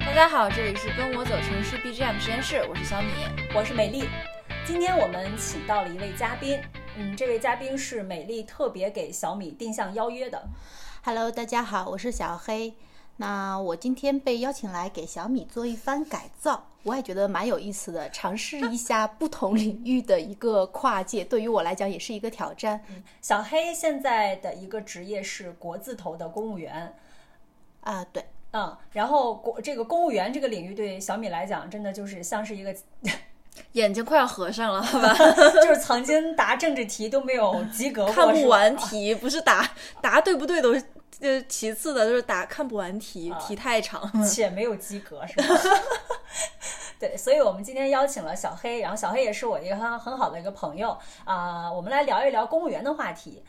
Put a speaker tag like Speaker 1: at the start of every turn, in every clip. Speaker 1: 大家好，这里是跟我走城市 BGM 实验室，我是小米。
Speaker 2: 我是美丽。今天我们请到了一位嘉宾，嗯，这位嘉宾是美丽特别给小米定向邀约的。
Speaker 3: Hello，大家好，我是小黑。那我今天被邀请来给小米做一番改造，我也觉得蛮有意思的，尝试一下不同领域的一个跨界，对于我来讲也是一个挑战。
Speaker 2: 小黑现在的一个职业是国字头的公务员，
Speaker 3: 啊，对，
Speaker 2: 嗯，然后国这个公务员这个领域对小米来讲，真的就是像是一个
Speaker 1: 眼睛快要合上了，好 吧？
Speaker 2: 就是曾经答政治题都没有及格 过，
Speaker 1: 看
Speaker 2: 是
Speaker 1: 不
Speaker 2: 吧
Speaker 1: 完题，不是答答对不对都是呃其次的，就是答看不完题，题太长。
Speaker 2: 且没有及格，是吧？ 对，所以我们今天邀请了小黑，然后小黑也是我一个很很好的一个朋友啊、我们来聊一聊公务员的话题。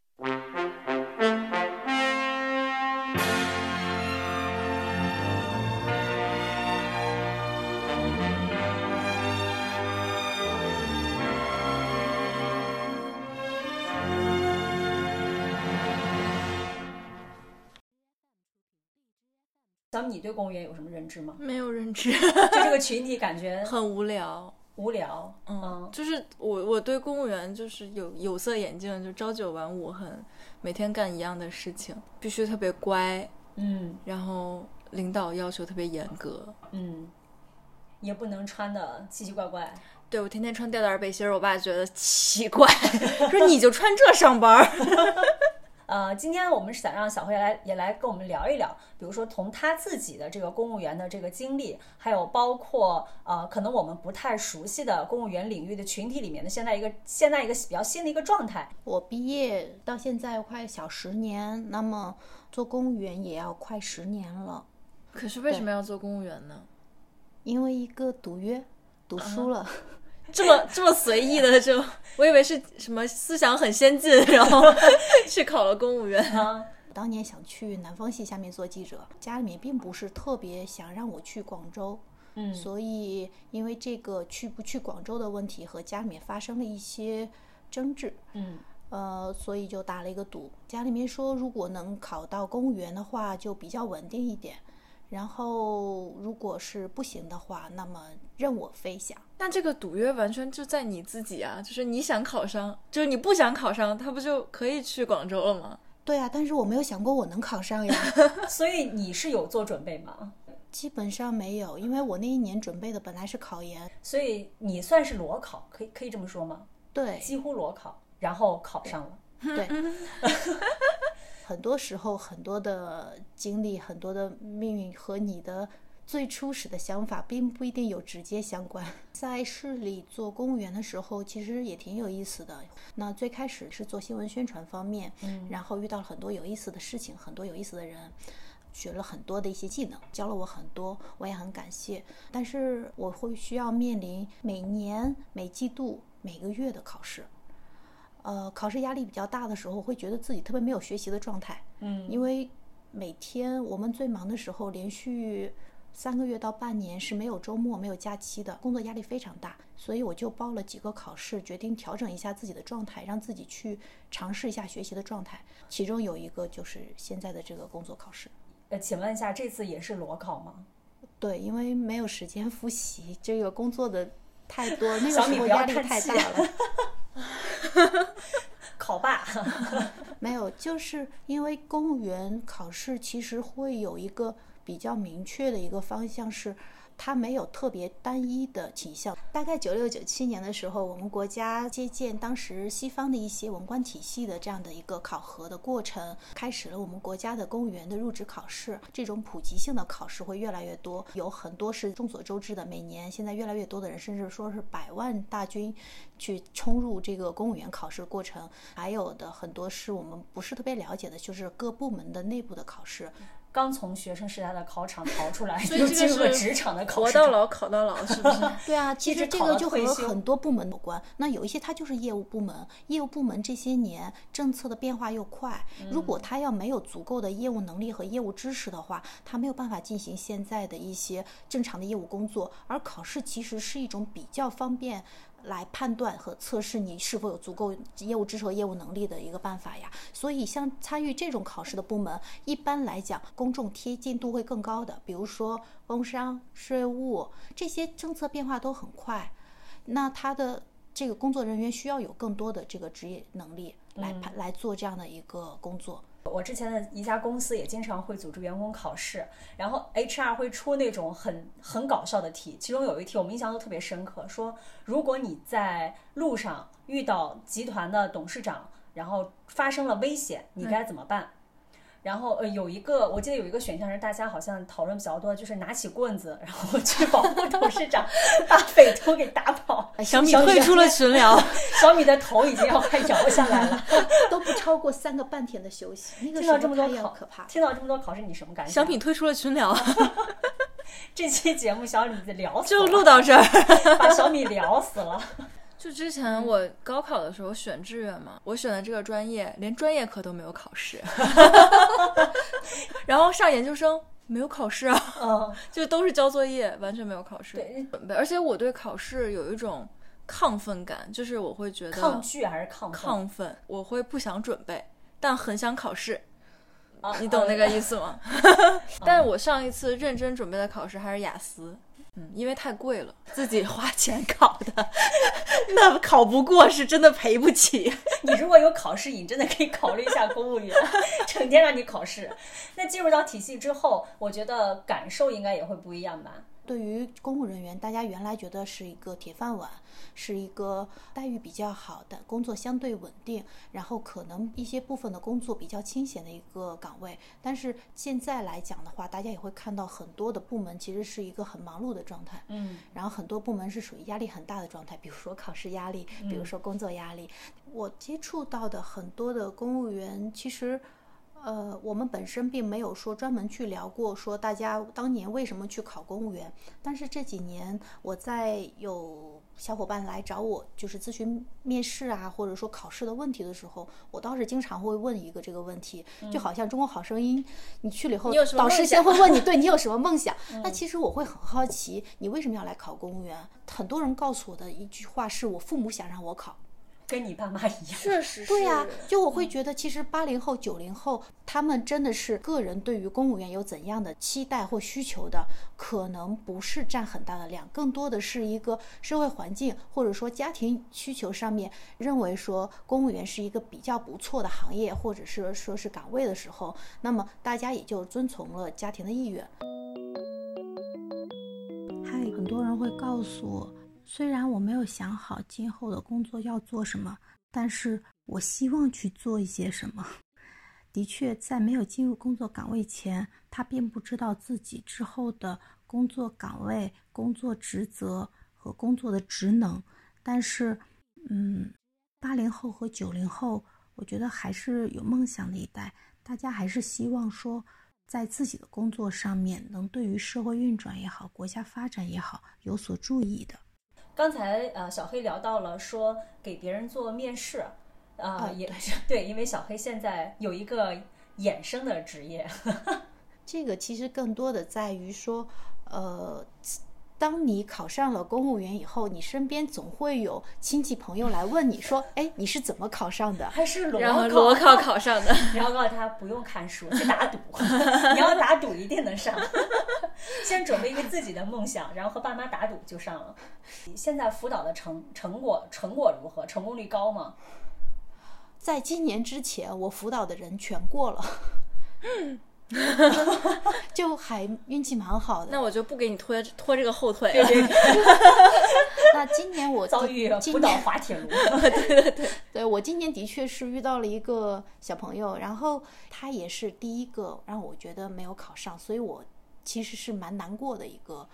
Speaker 2: 小米，你对公务员有什么认知吗？
Speaker 1: 没有认 知，
Speaker 2: 对这个群体感觉
Speaker 1: 很无聊。
Speaker 2: 无聊，
Speaker 1: 嗯
Speaker 2: 嗯，
Speaker 1: 就是我我对公务员就是有有色眼镜，就朝九晚五很，每天干一样的事情，必须特别乖，
Speaker 2: 嗯
Speaker 1: 然后领导要求特别严格。
Speaker 2: 嗯，也不能穿的奇奇怪怪。
Speaker 1: 对我天天穿吊带背心儿，我爸觉得奇怪， 说你就穿这上班儿。
Speaker 2: 呃，今天我们是想让小黑来也来跟我们聊一聊，比如说从他自己的这个公务员的这个经历，还有包括呃，可能我们不太熟悉的公务员领域的群体里面的现在一个现在一个比较新的一个状态。
Speaker 3: 我毕业到现在快小十年，那么做公务员也要快十年了，
Speaker 1: 可是为什么要做公务员呢？
Speaker 3: 因为一个读约，读书了。
Speaker 1: 这么这么随意 的就，我以为是什么思想很先进，然 后去考了公务员。
Speaker 2: 啊，
Speaker 3: 当年想去南方系下面做记者，家里面并不是特别想让我去广州，
Speaker 2: 嗯
Speaker 3: 所以因为这个去不去广州的问题和家里面发生了一些争执，
Speaker 2: 嗯
Speaker 3: 呃，所以就打了一个赌。家里面说，如果能考到公务员的话，就比较稳定一点；然后如果是不行的话，那么任我飞翔。
Speaker 1: 但这个赌约完全就在你自己啊，就是你想考上，就是你不想考上，他不就可以去广州了 吗？
Speaker 3: 对啊，但是我没有想过我能考上呀，
Speaker 2: 所以你是有做准备吗？
Speaker 3: 基本上没有，因为我那一年准备的本来是考研，
Speaker 2: 所以你算是裸考，可以可以这么说吗？
Speaker 3: 对，
Speaker 2: 几乎裸考，然后考上了。
Speaker 3: 对，很多时候很多的经历、很多的命运和你的最初始的想法并不一定有直接相关。 在市里做公务员的时候，其实也挺有意思的。那最开始是做新闻宣传方面，然后遇到了很多有意思的事情，很多有意思的人。学了很多的一些技能，教了我很多，我也很感谢。但是我会需要面临每年、每季度、每个月的考试，呃，考试压力比较大的时候，会觉得自己特别没有学习的状态。
Speaker 2: 嗯，
Speaker 3: 因为每天我们最忙的时候，连续三个月到半年是没有周末、没有假期的，工作压力非常大。所以我就报了几个考试，决定调整一下自己的状态，让自己去尝试一下学习的状态。其中有一个就是现在的这个工作考试。
Speaker 2: 呃，请问一下，这次也是裸考吗？
Speaker 3: 对，因为没有时间 复习，这个工作的太多，那个
Speaker 2: 小米
Speaker 3: 时候
Speaker 2: 不要
Speaker 3: 压力
Speaker 2: 叹
Speaker 3: 太
Speaker 2: 气
Speaker 3: 大了。
Speaker 2: 考霸，
Speaker 3: 没有，就是因为公务员考试其实会有一个比较明确的一个方向是。它没有特别单一的倾向。大概九六九七年的时候，我们国家借鉴当时西方的一些文官体系的这样的一个考核的过程，开始了我们国家的公务员的入职考试。这种普及性的考试会越来越多，有很多是众所周知的，每年现在越来越多的人，甚至说是百万大军去冲入这个公务员考试过程。还有的很多是我们不是特别了解的，就是各部门的内部的考试。
Speaker 2: 刚从学生时代的考场逃出来，
Speaker 1: 所以
Speaker 2: 又
Speaker 1: 这
Speaker 2: 进
Speaker 1: 个
Speaker 2: 入了
Speaker 1: 是
Speaker 2: 职场的考
Speaker 1: 活
Speaker 2: 试
Speaker 1: 到
Speaker 2: 场
Speaker 1: 老，考到老，是不是？
Speaker 3: 对啊，其
Speaker 2: 一
Speaker 3: 实
Speaker 2: 直
Speaker 3: 这
Speaker 2: 考
Speaker 3: 个
Speaker 2: 到
Speaker 3: 就和
Speaker 2: 退休
Speaker 3: 很多部门有关。那有一些它就是业务部门，业务部门这些年政策的变化又快，如果他要没有足够的业务能力和业务知识的话，他没有办法进行现在的一些正常的业务工作。而考试其实是一种比较方便。来判断和测试你是否有足够业务知识和业务能力的一个办法呀。所以，像参与这种考试的部门，一般来讲，公众贴近度会更高的，比如说工商、税务这些政策变化都很快，那他的这个工作人员需要有更多的这个职业能力来
Speaker 2: 嗯
Speaker 3: 判、来做这样的一个工作。
Speaker 2: 我之前的一家公司也经常会组织员工考试，然后 HR 会出那种很很搞笑的题，其中有一题我们印象都特别深刻，说如果你在路上遇到集团的董事长，然后发生了危险，
Speaker 3: 嗯
Speaker 2: 你该怎么办？然后呃，有一个我记得有一个选项是大家好像讨论比较多，就是拿起棍子，然后去保护董事长，把匪徒给打跑。
Speaker 1: 小米退出了群 聊，
Speaker 2: 小米的头已经要快摇下来了。
Speaker 3: 都不超过三个半天的休息， 那个
Speaker 2: 听
Speaker 3: 时
Speaker 2: 到
Speaker 3: 候
Speaker 2: 这么多
Speaker 3: 太要
Speaker 2: 考，
Speaker 3: 可怕。
Speaker 2: 听到这么多考试，你什么感
Speaker 1: 小
Speaker 2: 想？
Speaker 1: 米退出了群聊，
Speaker 2: 这期节目小李子聊死
Speaker 1: 就
Speaker 2: 了，
Speaker 1: 录到这儿。
Speaker 2: 把小米聊死 了。
Speaker 1: 就之前我高考的时候选志愿嘛，我选的这个专业连专业课都没有考试，然后上研究生没有考试啊，
Speaker 2: 嗯，
Speaker 1: 就都是交作业，完全没有考试
Speaker 2: 对
Speaker 1: 准备。而且我对考试有一种亢奋感，就是我会觉得
Speaker 2: 抗拒还是抗抗？
Speaker 1: 亢奋，我会不想准备，但很想考试。
Speaker 2: 啊
Speaker 1: 你懂那个
Speaker 2: 啊
Speaker 1: 意思吗？ 但我上一次认真准备的考试还是雅思，嗯，因为太贵了，自己花钱考的， 那考不过是真的赔不起。
Speaker 2: 你如果有考试瘾，真的可以考虑一下公务员， 整天让你考试。那进入到体系之后，我觉得感受应该也会不一样吧。
Speaker 3: 对于公务人员，大家原来觉得是一个铁饭碗，是一个待遇比较好的工作，相对稳定，然后可能一些部分的工作比较清闲的一个岗位。但是现在来讲的话，大家也会看到很多的部门其实是一个很忙碌的状态，
Speaker 2: 嗯，
Speaker 3: 然后很多部门是属于压力很大的状态，比如说考试压力，比如说工作压力。我接触到的很多的公务员，其实，呃，我们本身并没有说专门去聊过说大家当年为什么去考公务员，但是这几年我在有小伙伴来找我，就是咨询面试啊，或者说考试的问题的时候，我倒是经常会问一个这个问题，就好像《中国好声音》，你去了以
Speaker 1: 嗯
Speaker 3: 后
Speaker 1: 你有什，么
Speaker 3: 导师
Speaker 1: 梦想嗯
Speaker 3: 先会问你 对你有什么梦想。那其实我会很好奇，你为什么要来考公务员？很多人告诉我的一句话是我父母想让我考。
Speaker 2: 跟你爸妈一样。
Speaker 1: 确实
Speaker 3: 对呀、就我会觉得，其实八零后、九零后，他们真的是个人对于公务员有怎样的期待或需求的，可能不是占很大的量，更多的是一个社会环境或者说家庭需求上面认为说公务员是一个比较不错的行业，或者是说是岗位的时候，那么大家也就遵从了家庭的意愿。嗨，很多人会告诉我，虽然我没有想好今后的工作要做什么，但是我希望去做一些什么。的确，在没有进入工作岗位前，他并不知道自己之后的工作岗位、工作职责和工作的职能。但是，嗯，八零后和九零后，我觉得还是有梦想的一代，大家还是希望说，在自己的工作上面能对于社会运转也好、国家发展也好有所注意的。
Speaker 2: 刚才呃，小黑聊到了说给别人做面试，啊
Speaker 3: 啊
Speaker 2: 也 对，因为小黑现在有一个衍生的职业，
Speaker 3: 这个其实更多的在于说，呃，当你考上了公务员以后，你身边总会有亲戚朋友来问你说，哎，你是怎么考上的？
Speaker 2: 还是裸
Speaker 1: 然后裸考啊考上的，
Speaker 2: 然后告诉他不用看书，去打赌， 你要打赌一定能上。 先准备一个自己的梦想，然后和爸妈打赌就上了。现在辅导的成成果成果如何？成功率高吗？
Speaker 3: 在今年之前，我辅导的人全 过了， 就还运气蛮好的。
Speaker 1: 那我就不给你拖拖这个后腿
Speaker 2: 对
Speaker 1: 了。
Speaker 2: 对，
Speaker 3: 那今年 我
Speaker 2: 遭遇
Speaker 3: 今
Speaker 2: 辅导
Speaker 3: 年
Speaker 2: 滑铁 卢。
Speaker 3: 对我今年的确是遇到了一个小朋友，然后他也是第一个让我觉得没有考上，所以我其实是蛮难过的一个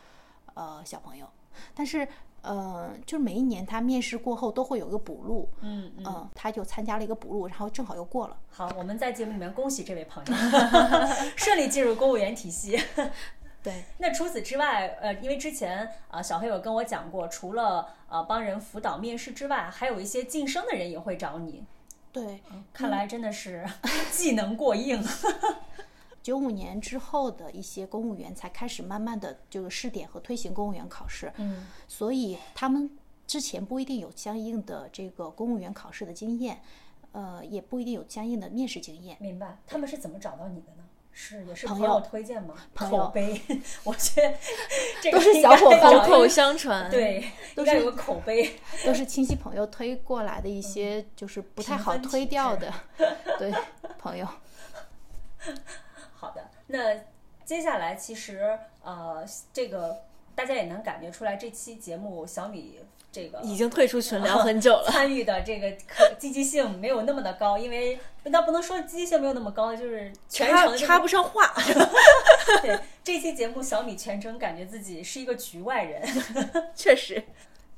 Speaker 3: 呃小朋友。但是呃，就是每一年他面试过后都会有一个补录，
Speaker 2: 嗯嗯，
Speaker 3: 嗯，他就参加了一个补录，然后正好又过了。
Speaker 2: 好，我们在节目里面恭喜这位朋 友顺利进入公务员体系。
Speaker 3: 对，
Speaker 2: 那除此之外，呃，因为之前啊、呃小黑有跟我讲过，除了呃帮人辅导面试之外，还有一些晋升的人也会找你。
Speaker 3: 对，
Speaker 2: 看
Speaker 3: 嗯
Speaker 2: 来真的是 技能过硬。啊
Speaker 3: 九五年之后的一些公务员才开始慢慢的这个试点和推行公务员考试，
Speaker 2: 嗯，
Speaker 3: 所以他们之前不一定有相应的这个公务员考试的经验，呃，也不一定有相应的面试经验。
Speaker 2: 明白，他们是怎么找到你的呢？是也是
Speaker 3: 朋
Speaker 2: 朋
Speaker 3: 友
Speaker 2: 友推荐吗？
Speaker 3: 朋友
Speaker 2: 口碑，我觉得这个
Speaker 3: 都是
Speaker 2: 应
Speaker 3: 小
Speaker 2: 该
Speaker 3: 伙伴
Speaker 2: 有
Speaker 3: 儿
Speaker 1: 口口相传，，
Speaker 2: 对，
Speaker 3: 嗯都
Speaker 2: 应该
Speaker 3: 是
Speaker 2: 有个口碑。
Speaker 3: 都是亲戚朋友推过来的一些，就是不太
Speaker 2: 嗯
Speaker 3: 好
Speaker 2: 评分
Speaker 3: 推
Speaker 2: 体
Speaker 3: 掉
Speaker 2: 制
Speaker 3: 的， 对朋友。
Speaker 2: 好的，那接下来其实呃，这个大家也能感觉出来，这期节目小米这个
Speaker 1: 已经退出群聊很久了。
Speaker 2: 参与的这个可积极性没有那么的高，因为那不能说积极性没有那么高，就是全程
Speaker 1: 插
Speaker 2: 就是
Speaker 1: 插不上话，
Speaker 2: 对这期节目，小米全程感觉自己是一个局外人，
Speaker 1: 确实。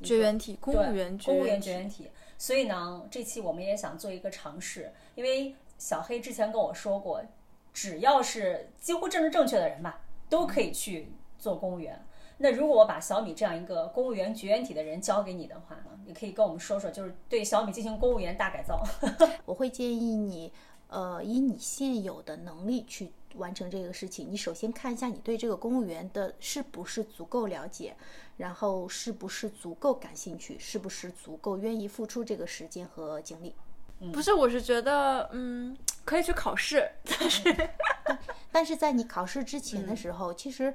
Speaker 1: 绝缘体，公
Speaker 2: 对
Speaker 1: 务员绝
Speaker 2: 公务员
Speaker 1: 缘
Speaker 2: 绝
Speaker 1: 体，
Speaker 2: 缘体。所以呢，这期我们也想做一个尝试，因为小黑之前跟我说过，只要是几乎政治正确的人吧，都可以去做公务员。那如果我把小米这样一个公务员绝缘体的人交给你的话呢，你可以跟我们说说，就是对小米进行公务员大改造。
Speaker 3: 我会建议你，呃，以你现有的能力去完成这个事情。你首先看一下你对这个公务员的是不是足够了解，然后是不是足够感兴趣，是不是足够愿意付出这个时间和精力。
Speaker 1: 不是，我是觉得，嗯，可以去考试，
Speaker 3: 但是在你考试之前的时候，其实，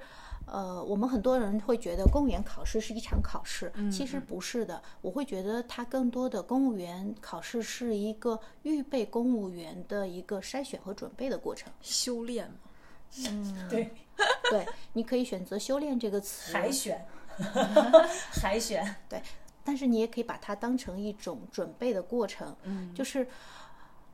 Speaker 3: 呃，我们很多人会觉得公务员考试是一场考试，其实不是的。我会觉得它更多的公务员考试是一个预备公务员的一个筛选和准备的过程。
Speaker 1: 修炼嘛。
Speaker 2: 对，
Speaker 3: 对，你可以选择“修炼”这个词，
Speaker 2: 海选，海选，
Speaker 3: 对，但是你也可以把它当成一种准备的过程，嗯，就是。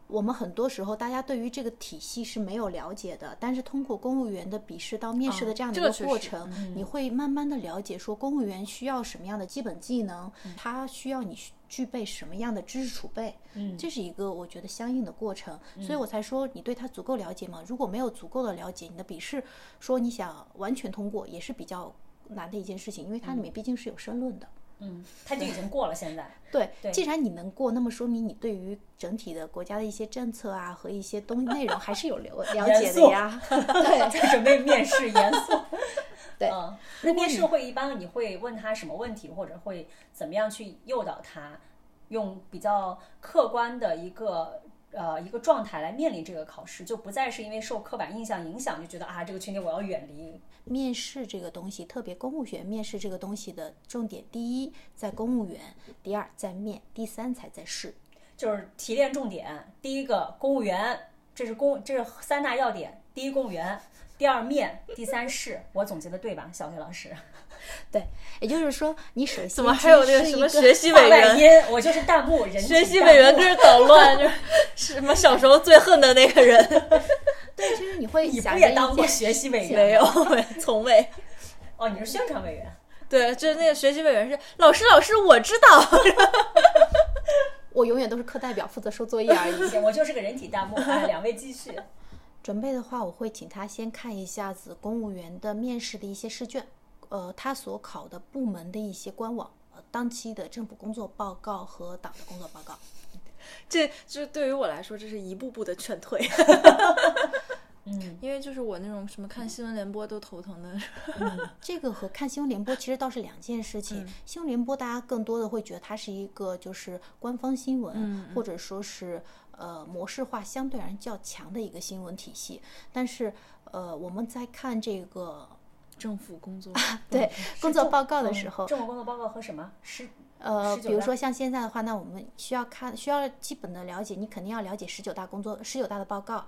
Speaker 3: 我们很多时候，大家对于这个体系是没有了解的，但是通过公务员的笔试到面试的
Speaker 1: 啊
Speaker 3: 这样的
Speaker 1: 这
Speaker 3: 一
Speaker 1: 个
Speaker 3: 个
Speaker 1: 确实嗯
Speaker 3: 过程，你会慢慢的了解说公务员需要什么样的基本技能，
Speaker 1: 嗯
Speaker 3: 他需要你具备什么样的知识储备，嗯，这是一个我觉得相应的过程，
Speaker 1: 嗯
Speaker 3: 所以我才说你对他足够了解吗？如果没有足够的了解，你的笔试说你想完全通过也是比较难的一件事情，因为它里面毕竟是有申论的，
Speaker 2: 嗯，他就已经过了，现在。
Speaker 3: 对，既然你能过，那么说明你对于整体的国家的一些政策啊和一些东西内容 还是有了了
Speaker 2: 严
Speaker 3: 解的
Speaker 2: 肃
Speaker 3: 呀。 对，
Speaker 2: 在准备面试，严肃。
Speaker 3: 对
Speaker 2: 嗯，那面试会一般你会问他什么问题，或者会怎么样去诱导他，用比较客观的一个呃一个状态来面临这个考试，就不再是因为受刻板印象影响，就觉得啊这个群体我要远离。
Speaker 3: 面试这个东西，特别公务员面试这个东西的重点，第一在公务员，第二在面，第三才在试。
Speaker 2: 就是提炼重点，第一个公务员，这是公这是三大要点，第一公务员，第二面，第三试。我总结的对吧，小黑老师？
Speaker 3: 对，也就是说，你首先
Speaker 1: 怎么
Speaker 3: 其
Speaker 1: 还有
Speaker 3: 实
Speaker 1: 那个
Speaker 3: 是
Speaker 1: 什
Speaker 3: 一
Speaker 1: 么学习委
Speaker 2: 话外
Speaker 1: 员？
Speaker 2: 音，我就是弹幕人，
Speaker 1: 学习委员
Speaker 2: 跟。
Speaker 1: 跟着捣 乱，就是什么小时候最恨的那个人，
Speaker 3: 对，就是你会
Speaker 2: 你
Speaker 3: 想
Speaker 2: 不
Speaker 3: 着
Speaker 2: 也
Speaker 3: 一
Speaker 2: 当过
Speaker 3: 件
Speaker 2: 学习委员？
Speaker 1: 没有，没从未。
Speaker 2: 哦，你是宣传委员。
Speaker 1: 对，就是那个学习委员是老师，老师，我知道。
Speaker 3: 我永远都是课代表，负责收作业而已。
Speaker 2: 行，我就是个人体弹幕。哎，两位继续。
Speaker 3: 准备的话，我会请他先看一下子公务员的面试的一些试卷，呃，他所考的部门的一些官网，呃，当期的政府工作报告和党的工作报告。
Speaker 1: 这这对于我来说，这是一步步的劝退。 嗯，因为就是我那种什么看新闻联播都头疼的，
Speaker 3: 这个和看新闻联播其实倒是两件事情。新闻联播大家更多的会觉得它是一个就是官方新闻，或者说是呃模式化相对而言较强的一个新闻体系。但是呃我们在看这个
Speaker 1: 政府工作
Speaker 3: 对工作报告的
Speaker 2: 嗯
Speaker 3: 时候，
Speaker 2: 政务工作报告和什么是
Speaker 3: 呃，
Speaker 2: 19
Speaker 3: 比如
Speaker 2: 大
Speaker 3: 说像现在的话，那我们需要看，需要基本的了解，你肯定要了解十九大工作、十九大的报告，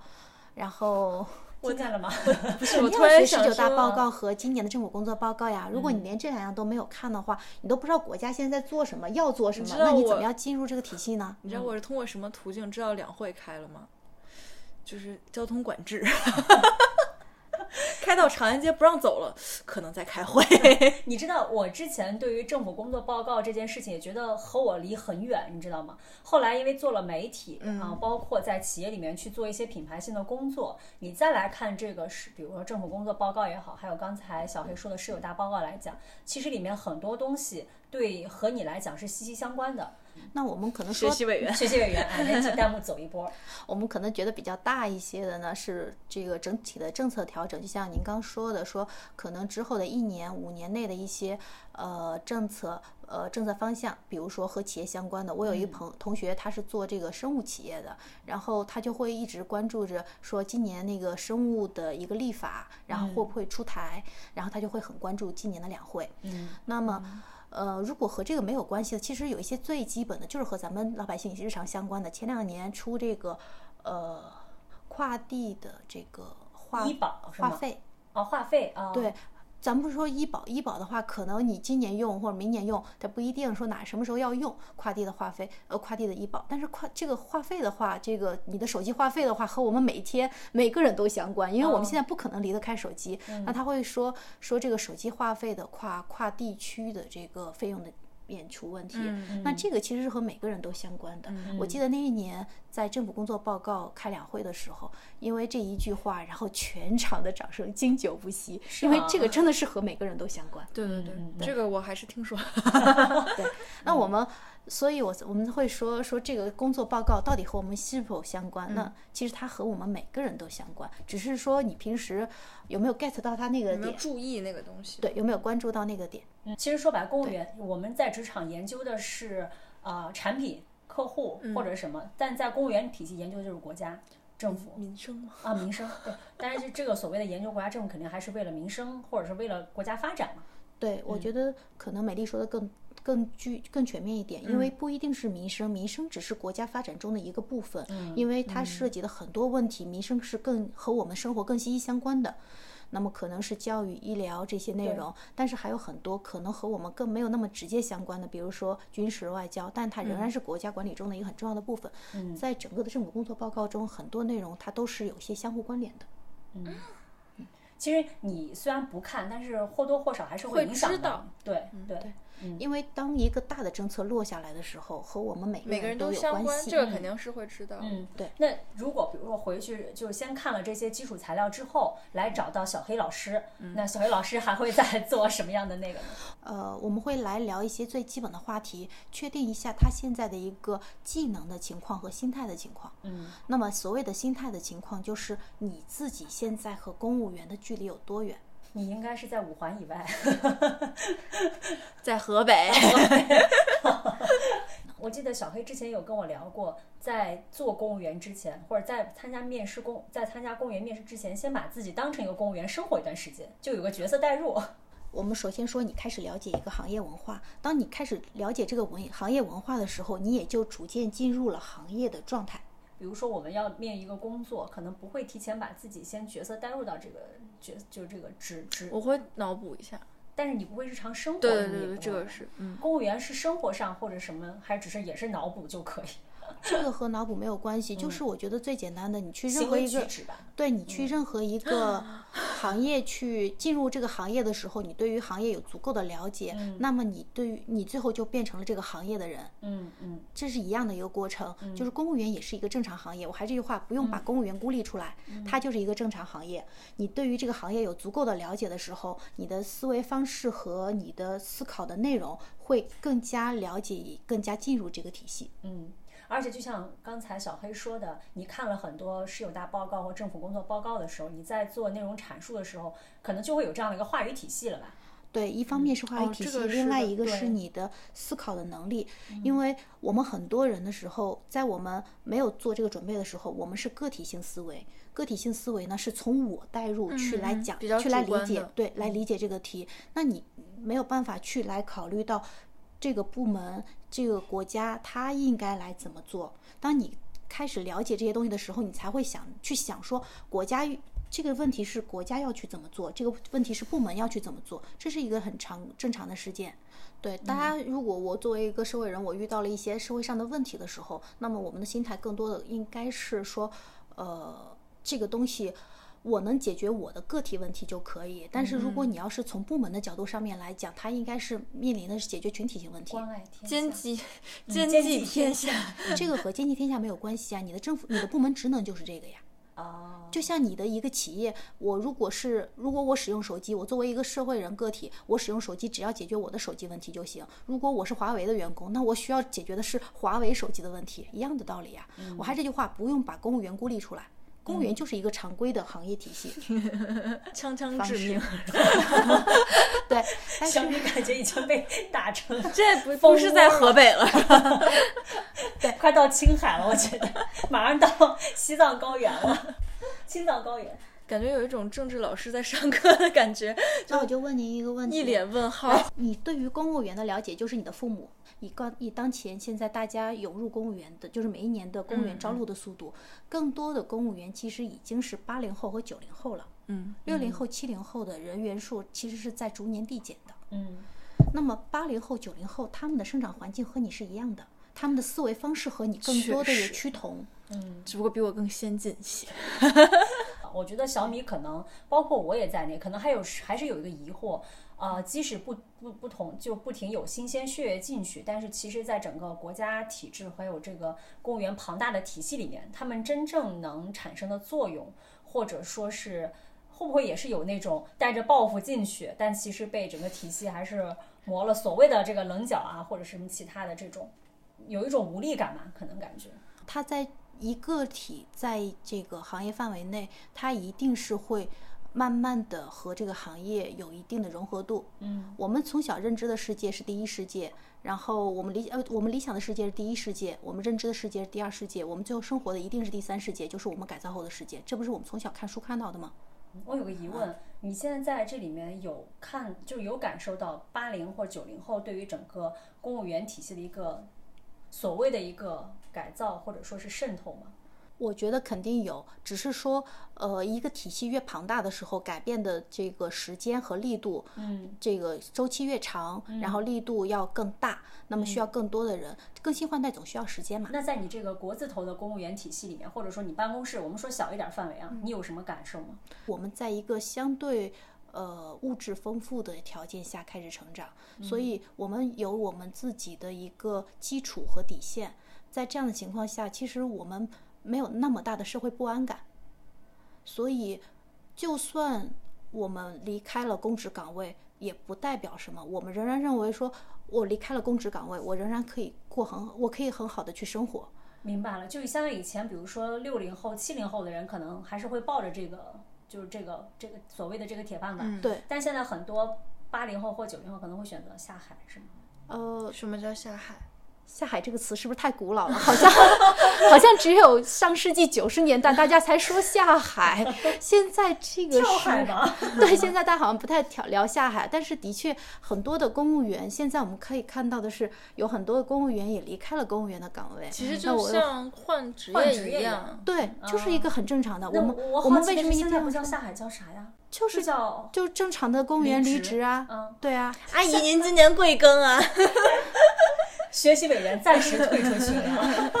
Speaker 3: 然后
Speaker 2: 听见了吗？
Speaker 1: 不是我
Speaker 3: 你
Speaker 1: 突
Speaker 3: 要学
Speaker 1: 然
Speaker 3: 十
Speaker 1: 想
Speaker 3: 九大
Speaker 1: 说嗯
Speaker 3: 报告和今年的政府工作报告呀。如果你连这两样都没有看的话，你都不知道国家现在在做什么，要做什么，
Speaker 1: 知
Speaker 3: 那
Speaker 1: 道
Speaker 3: 你怎
Speaker 1: 我
Speaker 3: 么样进入这个体系呢？
Speaker 1: 你知道我是通过什么途径知道两会开了吗？就是交通管制， 开到长安街不让走了，可能在开会。
Speaker 2: 你知道我之前对于政府工作报告这件事情也觉得和我离很远，你知道吗？后来因为做了媒体啊，包括在企业里面去做一些品牌性的工作，你再来看这个是，比如说政府工作报告也好，还有刚才小黑说的十九大报告来讲，其实里面很多东西对和你来讲是息息相关的。
Speaker 3: 那我们可能
Speaker 1: 学
Speaker 3: 说
Speaker 1: 习委员，
Speaker 2: 学习委员，哎，连起弹幕走一波。
Speaker 3: 我们可能觉得比较大一些的呢，是这个整体的政策调整，就像您刚说的，说可能之后的一年、五年内的一些呃政策。呃，政策方向，比如说和企业相关的，我有一个朋同学，他是做这个生物企业的，然后他就会一直关注着说今年那个生物的一个立法，然后会不会出台，然后他就会很关注今年的两会。
Speaker 2: 嗯，
Speaker 3: 那么，呃，如果和这个没有关系的，其实有一些最基本的，就是和咱们老百姓日常相关的。前两年出这个，呃，跨地的这个话
Speaker 2: 医保是
Speaker 3: 话
Speaker 2: 吗
Speaker 3: 费，
Speaker 2: 哦，话费啊，
Speaker 3: 对，咱们不说医保，医保的话，可能你今年用或者明年用，它不一定说哪什么时候要用跨地的话费，呃，跨地的医保。但是跨这个话费的话，这个你的手机话费的话，和我们每天每个人都相关，因为
Speaker 2: 哦
Speaker 3: 我
Speaker 2: 嗯
Speaker 3: 们现在不可能离得开手机。那他会说说这个手机话费的跨跨地区的这个费用的。免除问题，
Speaker 1: 嗯
Speaker 3: 那这个其实是和每个人都相关的。我记得那一年在政府工作报告开两会的时候，因为这一句话，然后全场的掌声经久不息，
Speaker 1: 啊
Speaker 3: 因为
Speaker 2: 吗
Speaker 3: 这个真的是和每个人都相关。
Speaker 1: 对对对
Speaker 2: 嗯，
Speaker 1: 这个我还是听说。
Speaker 3: 对，那
Speaker 1: 嗯
Speaker 3: 我们，所以我我们会说说这个工作报告到底和我们是否相
Speaker 1: 嗯
Speaker 3: 关？那其实它和我们每个人都相关，只是说你平时有没有 get 到它那个
Speaker 1: 有没有
Speaker 3: 点，
Speaker 1: 注意那个东西？
Speaker 3: 对，有没有关注到那个点？
Speaker 2: 嗯其实说白了，公务员我们在职场研究的是呃产品、客户或者什么，但在公务员体系研究的就是国家、政府。
Speaker 1: 民生吗？
Speaker 2: 啊，民生对，但是这个所谓的研究国家政府，肯定还是为了民生或者是为了国家发展嘛。
Speaker 3: 对，我觉得可能美丽说的更更具更全面一点，因为不一定是民生，民生只是国家发展中的一个部分，因为它涉及的很多问题，民生是更和我们生活更息息相关的。那么可能是教育、医疗这些内容，但是还有很多可能和我们更没有那么直接相关的，比如说军事、外交，但它仍然是国家管理中的一个很重要的部分。在整个的政府工作报告中，很多内容它都是有一些相互关联的。
Speaker 2: 其实你虽然不看，但是或多或少还是会
Speaker 1: 会
Speaker 2: 影响
Speaker 1: 知
Speaker 2: 到
Speaker 1: 道
Speaker 2: 你。对对，
Speaker 3: 因为当一个大的政策落下来的时候，和我们每
Speaker 1: 每
Speaker 3: 个
Speaker 1: 个人
Speaker 3: 都有
Speaker 1: 相哎关，嗯
Speaker 3: 系。
Speaker 1: 这个肯定是会知道。
Speaker 2: 嗯，
Speaker 3: 对。
Speaker 2: 那如果比如说回去就先看了这些基础材料之后，来找到小黑老师，那小黑老师还会再 做什么样的那个呢？
Speaker 3: 呃，我们会来聊一些最基本的话题，确定一下他现在的一个技能的情况和心态的情况。
Speaker 2: 嗯，
Speaker 3: 那么所谓的心态的情况，就是你自己现在和公务员的距离有多远？
Speaker 2: 你应该是在五环以外。
Speaker 1: 在河北，
Speaker 2: 我记得小黑之前有跟我聊过，在做公务员之前，或者在参加面试公，在参加公务员面试之前，先把自己当成一个公务员生活一段时间，就有个角色代入。
Speaker 3: 我们首先说，你开始了解一个行业文化。当你开始了解这个文行业文化的时候，你也就逐渐进入了行业的状态。
Speaker 2: 比如说，我们要面一个工作，可能不会提前把自己先角色代入到这个角，就是这个职职，
Speaker 1: 我会脑补一下。
Speaker 2: 但是你不会日常生活，
Speaker 1: 对对
Speaker 2: 你
Speaker 1: 对
Speaker 2: 也
Speaker 1: 对，
Speaker 2: 不
Speaker 1: 这
Speaker 2: 会
Speaker 1: 个是嗯，
Speaker 2: 公务员是生活上或者什么，还只是也是脑补就可以，
Speaker 3: 这个和脑补没有关系，
Speaker 1: 嗯
Speaker 3: 就是我觉得最简单的，你去任
Speaker 2: 行
Speaker 3: 何
Speaker 2: 为
Speaker 3: 一
Speaker 2: 举
Speaker 3: 个
Speaker 2: 止吧。
Speaker 3: 对你去任何一个行业去进入这个行业的时候，你对于行业有足够的了解，
Speaker 1: 嗯
Speaker 3: 那么你对于你最后就变成了这个行业的人，
Speaker 2: 嗯嗯，
Speaker 3: 这是一样的一个过程。
Speaker 1: 嗯
Speaker 3: 就是公务员也是一个正常行业，我还是这句话，不用把公务员孤立出来，
Speaker 1: 嗯
Speaker 3: 它就是一个正常行业。你对于这个行业有足够的了解的时候，你的思维方式和你的思考的内容会更加了解，更加进入这个体系。
Speaker 2: 嗯，而且就像刚才小黑说的，你看了很多市有大报告或政府工作报告的时候，你在做内容阐述的时候，可能就会有这样的一个话语体系了吧？
Speaker 3: 对，一方面是话语
Speaker 1: 哦
Speaker 3: 体
Speaker 1: 这
Speaker 3: 系，
Speaker 1: 个
Speaker 3: 另
Speaker 1: 是
Speaker 3: 外
Speaker 1: 的嗯
Speaker 3: 一个是
Speaker 2: 对
Speaker 3: 你的思考的能力。因为我们很多人的时候，在我们没有做这个准备的时候，我们是个体性思维。个体性思维呢，是从我代入去来
Speaker 1: 嗯嗯
Speaker 3: 讲，
Speaker 1: 比较
Speaker 3: 去来
Speaker 1: 主
Speaker 3: 理
Speaker 1: 观
Speaker 3: 解
Speaker 1: 的，嗯
Speaker 3: 对，来理解这个题。那你没有办法去来考虑到这个部门、这个国家它应该来怎么做。当你开始了解这些东西的时候，你才会想去想说国家这个问题是国家要去怎么做，这个问题是部门要去怎么做，这是一个很常正常的事件。对大家，如果我作为一个社会人，我遇到了一些社会上的问题的时候，那么我们的心态更多的应该是说，呃，这个东西。我能解决我的个体问题就可以，但是如果你要是从部门的角度上面来讲，它应该是面临的是解决群体性问题。
Speaker 2: 关爱天
Speaker 1: 兼
Speaker 2: 下。
Speaker 1: 济兼
Speaker 2: 兼
Speaker 1: 嗯济
Speaker 2: 济
Speaker 1: 天
Speaker 2: 天
Speaker 1: 下，
Speaker 3: 这个和经济天下没有关系啊，你的政府、你的部门职能就是这个呀。
Speaker 2: 啊，
Speaker 3: 就像你的一个企业，我如果是如果我使用手机，我作为一个社会人个体，我使用手机只要解决我的手机问题就行。如果我是华为的员工，那我需要解决的是华为手机的问题，一样的道理呀、
Speaker 1: 嗯
Speaker 3: 我还是这句话，不用把公务员孤立出来，公务员就是一个常规的行业体 系。
Speaker 1: 锵锵致命，
Speaker 3: 对，但
Speaker 2: 小
Speaker 3: 是
Speaker 2: 米感觉已经被打 成
Speaker 1: 这不不是在河北了，
Speaker 2: 快到青海了，我觉得马上到西藏高原了， 青藏高原。
Speaker 1: 感觉有一种政治老师在上课的感觉，
Speaker 3: 那我就问您一个问
Speaker 1: 嗯
Speaker 3: 题：
Speaker 1: 一脸问号。
Speaker 3: 你对于公务员的了解就是你的父母。以刚以当前现在大家涌入公务员的，就是每一年的公务
Speaker 1: 嗯
Speaker 3: 员招录的速度，更多的公务员其实已经是八零后和九零后了，
Speaker 1: 嗯，
Speaker 3: 六零后、七零后的人员数其实是在逐年递减的。
Speaker 2: 嗯，
Speaker 3: 那么八零后、九零后他们的生长环境和你是一样的，他们的思维方式和你更
Speaker 1: 确
Speaker 3: 多的有
Speaker 1: 实
Speaker 3: 趋同。
Speaker 1: 嗯只不过比我更先进一些。
Speaker 2: 我觉得小米可能包括我也在内，可能还有还是有一个疑惑，呃，即使不不不同，就不停有新鲜血液进去，但是其实，在整个国家体制还有这个公务员庞大的体系里面，他们真正能产生的作用，或者说是会不会也是有那种带着报复进去，但其实被整个体系还是磨了所谓的这个棱角啊，或者什么其他的这种，有一种无力感吧，可能感觉，
Speaker 3: 它在一个体在这个行业范围内，它一定是会慢慢的和这个行业有一定的融合度。
Speaker 2: 嗯，
Speaker 3: 我们从小认知的世界是第一世界，然后我们理呃我们理想的世界是第一世界，我们认知的世界是第二世界，我们最后生活的一定是第三世界，就是我们改造后的世界。这不是我们从小看书看到的吗？
Speaker 2: 我有个疑问，你现在在这里面有看，就有感受到八零或九零后对于整个公务员体系的一个所谓的一个改造或者说是渗透吗？
Speaker 3: 我觉得肯定有，只是说，呃，一个体系越庞大的时候，改变的这个时间和力度，
Speaker 2: 嗯，
Speaker 3: 这个周期越长，然后力度要更大，那么需要更多的人，更新换代总需要时间嘛。
Speaker 2: 那在你这个国字头的公务员体系里面，或者说你办公室，我们说小一点范围啊，
Speaker 1: 嗯
Speaker 2: 你有什么感受吗？
Speaker 3: 我们在一个相对呃物质丰富的条件下开始成长，所以我们有我们自己的一个基础和底线。在这样的情况下，其实我们没有那么大的社会不安感，所以就算我们离开了公职岗位，也不代表什么。我们仍然认为说，我离开了公职岗位，我仍然可以过很，我可以很好的去生活。
Speaker 2: 明白了，就相当于以前，比如说六零后、七零后的人，可能还是会抱着这个，就是这个这个所谓的这个铁饭碗。
Speaker 1: 嗯
Speaker 3: 对，
Speaker 2: 但现在很多八零后或九零后可能会选择下海，是吗？
Speaker 3: 呃，
Speaker 1: 哦什么叫下海？
Speaker 3: 下海这个词是不是太古老了？好像好像只有上世纪九十年代大家才说下海，现在这个
Speaker 2: 跳海
Speaker 3: 是
Speaker 2: 吧。
Speaker 3: 对，现在大家好像不太聊聊下海，但是的确很多的公务员，现在我们可以看到的是，有很多的公务员也离开了公务员的岗位。
Speaker 1: 其实
Speaker 3: 那
Speaker 1: 就
Speaker 3: 我
Speaker 1: 像换职
Speaker 2: 换职业
Speaker 1: 一
Speaker 2: 一
Speaker 1: 样
Speaker 2: 样，
Speaker 3: 对，就是一个很正常的。
Speaker 2: 嗯那
Speaker 3: 们
Speaker 2: 啊我
Speaker 3: 我
Speaker 2: 好
Speaker 3: 们
Speaker 2: 奇
Speaker 3: 为
Speaker 2: 的
Speaker 3: 什么
Speaker 2: 是
Speaker 3: 一
Speaker 2: 现
Speaker 3: 定
Speaker 2: 在
Speaker 3: 要
Speaker 2: 不叫下海叫啥呀？
Speaker 3: 就是是
Speaker 2: 叫
Speaker 3: 就正常的公务员离
Speaker 2: 职
Speaker 3: 职啊？
Speaker 2: 嗯
Speaker 3: 对啊，
Speaker 1: 阿姨，您今年贵庚啊？
Speaker 2: 学习委员暂 时退出去了。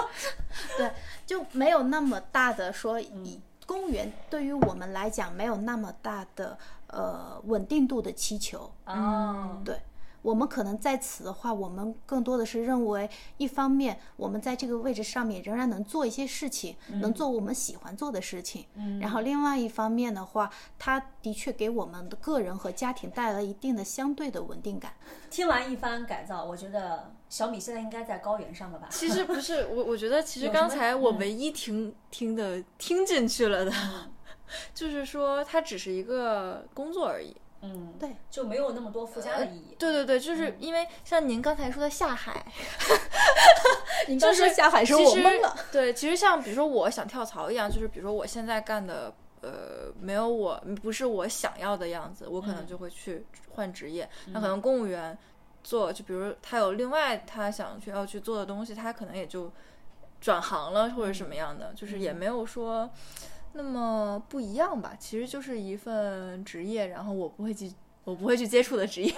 Speaker 3: 对，就没有那么大的说，
Speaker 1: 嗯
Speaker 3: 以公务员对于我们来讲没有那么大的呃稳定度的祈求。
Speaker 2: 哦，
Speaker 3: 对，我们可能在此的话，我们更多的是认为，一方面我们在这个位置上面仍然能做一些事情，
Speaker 1: 嗯
Speaker 3: 能做我们喜欢做的事情。
Speaker 2: 嗯
Speaker 3: 然后另外一方面的话，它的确给我们的个人和家庭带来一定的相对的稳定感。
Speaker 2: 听完一番改造，我觉得小米现在应该在高原上了吧？
Speaker 1: 其实不是我，我觉得其实
Speaker 2: 有什么
Speaker 1: 刚才我
Speaker 2: 嗯
Speaker 1: 唯一听听的听进去了的， 就是说它只是一个工作而已。
Speaker 2: 嗯，
Speaker 3: 对，
Speaker 2: 就没有那么多附加的意义。
Speaker 1: 对对对，就是因为像您刚才说的下 海，
Speaker 3: 你
Speaker 1: 刚说
Speaker 3: 下海
Speaker 1: 其实。对，其实像比如说我想跳槽一样，就是比如说我现在干的。呃，没有我不是我想要的样子，我可能
Speaker 2: 嗯
Speaker 1: 就会去换职业。那可能公务员做，就比如他有另外他想去要去做的东西，他可能也就转行了或者什么样的，就是也没有说那么不一样吧。其实就是一份职业，然后我不会去我不会去接触的职业。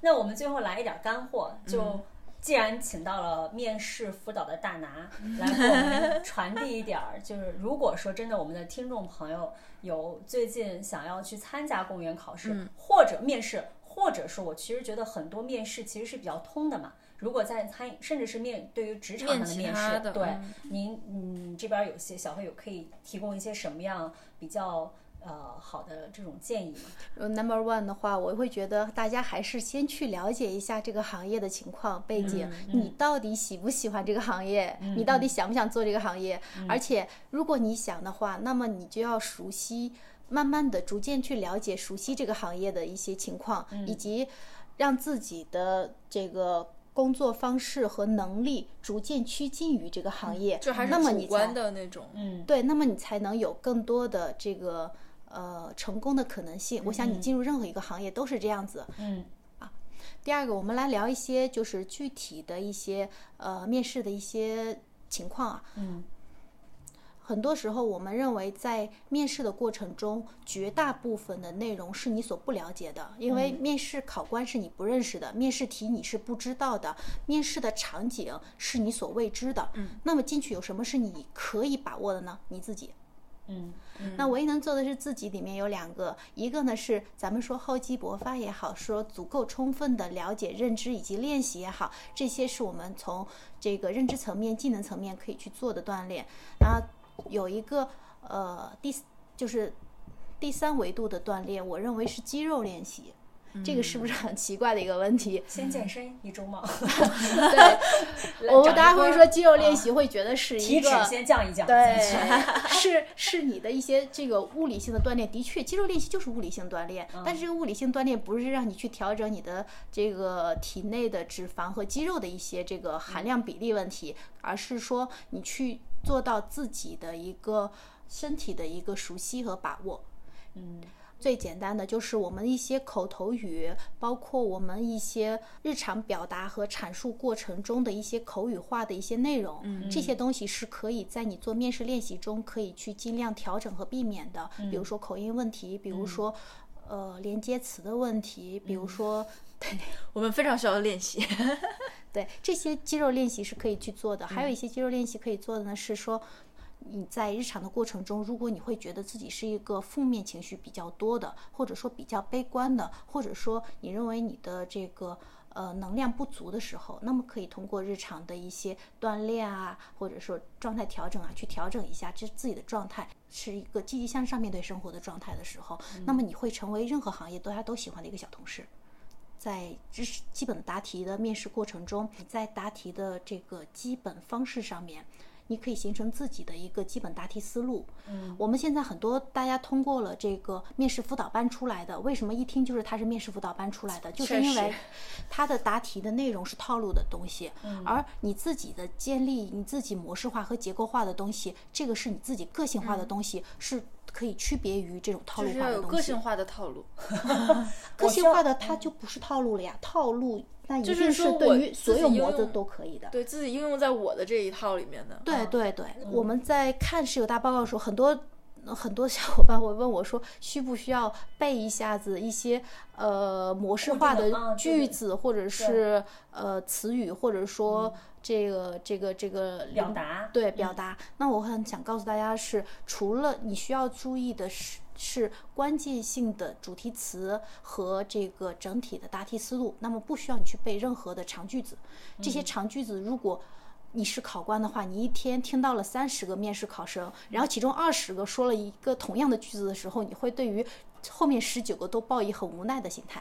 Speaker 2: 那我们最后来一点干货，就
Speaker 1: 嗯
Speaker 2: 既然请到了面试辅导的大拿来给我们传递一点儿，就是如果说真的我们的听众朋友有最近想要去参加公务
Speaker 1: 嗯
Speaker 2: 员考试、或者面试，或者说我其实觉得很多面试其实是比较通的嘛。如果在餐，甚至是面对于职场上的
Speaker 1: 面
Speaker 2: 面
Speaker 1: 其他
Speaker 2: 试，
Speaker 1: 的
Speaker 2: 对、
Speaker 1: 嗯
Speaker 2: 您，嗯，这边有些小黑有可以提供一些什么样比较呃好的这种建议吗？
Speaker 3: 呃 number one 的话，我会觉得大家还是先去了解一下这个行业的情况背景，
Speaker 1: 嗯
Speaker 3: 你到底喜不喜欢这个行业，你到底想不想做这个行业？
Speaker 1: 嗯
Speaker 3: 而且，如果你想的话，那么你就要熟悉，慢慢的、逐渐去了解、熟悉这个行业的一些情况，
Speaker 1: 嗯
Speaker 3: 以及让自己的这个。工作方式和能力逐渐趋近于这个行业，
Speaker 1: 嗯就还是
Speaker 3: 那么
Speaker 1: 主
Speaker 3: 你
Speaker 1: 观
Speaker 3: 才
Speaker 1: 的那种，
Speaker 2: 嗯，
Speaker 3: 对，那么你才能有更多的这个呃成功的可能性。我想你进入任何一个行业都是这样子。啊
Speaker 2: 嗯
Speaker 3: 第二个，我们来聊一些就是具体的一些呃面试的一些情况啊。
Speaker 2: 嗯
Speaker 3: 很多时候，我们认为在面试的过程中，绝大部分的内容是你所不了解的，因为面试考官是你不认识的，面试题你是不知道的，面试的场景是你所未知的。嗯，那么进去有什么是你可以把握的呢？你自己。
Speaker 2: 嗯
Speaker 3: 那唯一能做的是自己里面有两个，一个呢是咱们说厚积薄发也好，说足够充分的了解、认知以及练习也好，这些是我们从这个认知层面、技能层面可以去做的锻炼。然后有一个呃第就是第三维度的锻炼，我认为是肌肉练习。这个是不是很奇怪的一个问题？
Speaker 2: 先健身一周嘛，
Speaker 3: 对，我们大家会说肌肉练习，会觉得是
Speaker 2: 体
Speaker 3: 一
Speaker 2: 脂
Speaker 3: 个
Speaker 2: 先降一降，
Speaker 3: 对，是是你的一些这个物理性的锻炼，的确，肌肉练习就是物理性锻炼，但是这个物理性锻炼不是让你去调整你的这个体内的脂肪和肌肉的一些这个含量比例问题，而是说你去做到自己的一个身体的一个熟悉和把握。
Speaker 2: 嗯
Speaker 3: 最简单的就是我们一些口头语，包括我们一些日常表达和阐述过程中的一些口语化的一些内容，这些东西是可以在你做面试练习中可以去尽量调整和避免的。比如说口音问题，比如说、呃连接词的问题，比如说、
Speaker 1: 我们非常需要练 习。
Speaker 3: 对这些肌肉练习是可以去做的。还有一些肌肉练习可以做的呢，是说你在日常的过程中，如果你会觉得自己是一个负面情绪比较多的，或者说比较悲观的，或者说你认为你的这个呃能量不足的时候，那么可以通过日常的一些锻炼啊，或者说状态调整啊，去调整一下这自己的状态。是一个积极向上面对生活的状态的时候，那么你会成为任何行业大家都喜欢的一个小同事。在知识基本的答题的面试过程中，你在答题的这个基本方式上面，你可以形成自己的一个基本答题思路。嗯，我们现在很多大家通过了这个面试辅导班出来的，为什么一听就是他是面试辅导班出来的？就是因为他的答题的内容是套路的东西，
Speaker 1: 嗯
Speaker 3: 而你自己的建立、你自己模式化和结构化的东西，这个是你自己个性化的东西，是可以区别于这种套路
Speaker 1: 嗯就是
Speaker 3: 化
Speaker 1: 要
Speaker 3: 的
Speaker 1: 有
Speaker 3: 东西。
Speaker 1: 个性化的套路，
Speaker 3: 个性
Speaker 2: 需
Speaker 3: 化的它就不是套路了呀，套路那一
Speaker 1: 嗯就
Speaker 3: 定
Speaker 1: 是说我
Speaker 3: 对于
Speaker 1: 自
Speaker 3: 所
Speaker 1: 己
Speaker 3: 有
Speaker 1: 应
Speaker 3: 模子
Speaker 1: 用
Speaker 3: 都可以的。
Speaker 1: 对自己应用在我的这一套里面的。
Speaker 2: 嗯
Speaker 3: 对对对，我们在看十九大报告的时候，很多很多小伙伴会问我说，需不需要背一下子一些呃模
Speaker 2: 固
Speaker 3: 式
Speaker 2: 定
Speaker 3: 化
Speaker 2: 的
Speaker 3: 的
Speaker 2: 啊对对嗯
Speaker 3: 句子，或者是呃词语，或者说这个这个这个
Speaker 2: 表达
Speaker 3: 对表达。那我很想告诉大家是，除了你需要注意的是。是关键性的主题词和这个整体的答题思路，那么不需要你去背任何的长句子。这些长句子，如果你是考官的话，你一天听到了三十个面试考生，然后其中二十个说了一个同样的句子的时候，你会对于后面十九个都抱以很无奈的心态。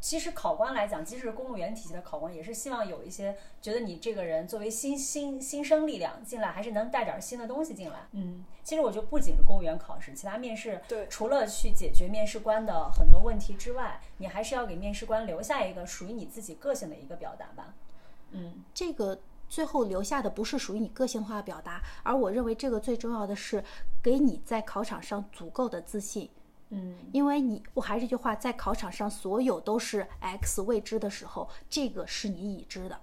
Speaker 2: 其实考官来讲，即使是公务员体系的考官，也是希望有一些觉得你这个人作为新新新生力量进来，还是能带点新的东西进来。嗯，其实我觉得不仅是公务员考试，其他面试，
Speaker 1: 对
Speaker 2: 除了去解决面试官的很多问题之外，你还是要给面试官留下一个属于你自己个性的一个表达吧。
Speaker 3: 这个最后留下的不是属于你个性化的表达，而我认为这个最重要的是给你在考场上足够的自信。
Speaker 2: 嗯，
Speaker 3: 因为你，我还是这句话，在考场上所有都是 x 未知的时候，这个是你已知的。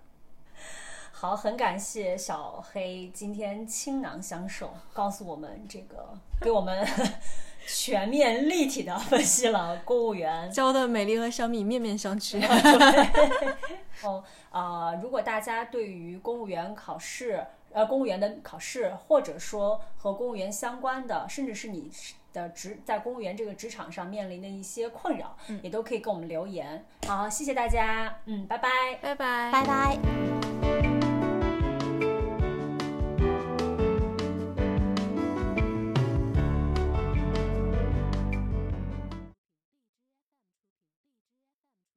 Speaker 2: 好，很感谢小黑今天倾囊相授，告诉我们这个，给我们 全面立体的分析了公务员
Speaker 1: 教的美丽和小米面面相觑。
Speaker 2: 哦，呃，如果大家对于公务员考试，呃，公务员的考试，或者说和公务员相关的，甚至是你是的职在公务员这个职场上面临的一些困扰，也都可以给我们留言。好，谢谢大家，嗯，拜拜。
Speaker 1: 拜拜，
Speaker 3: 拜拜。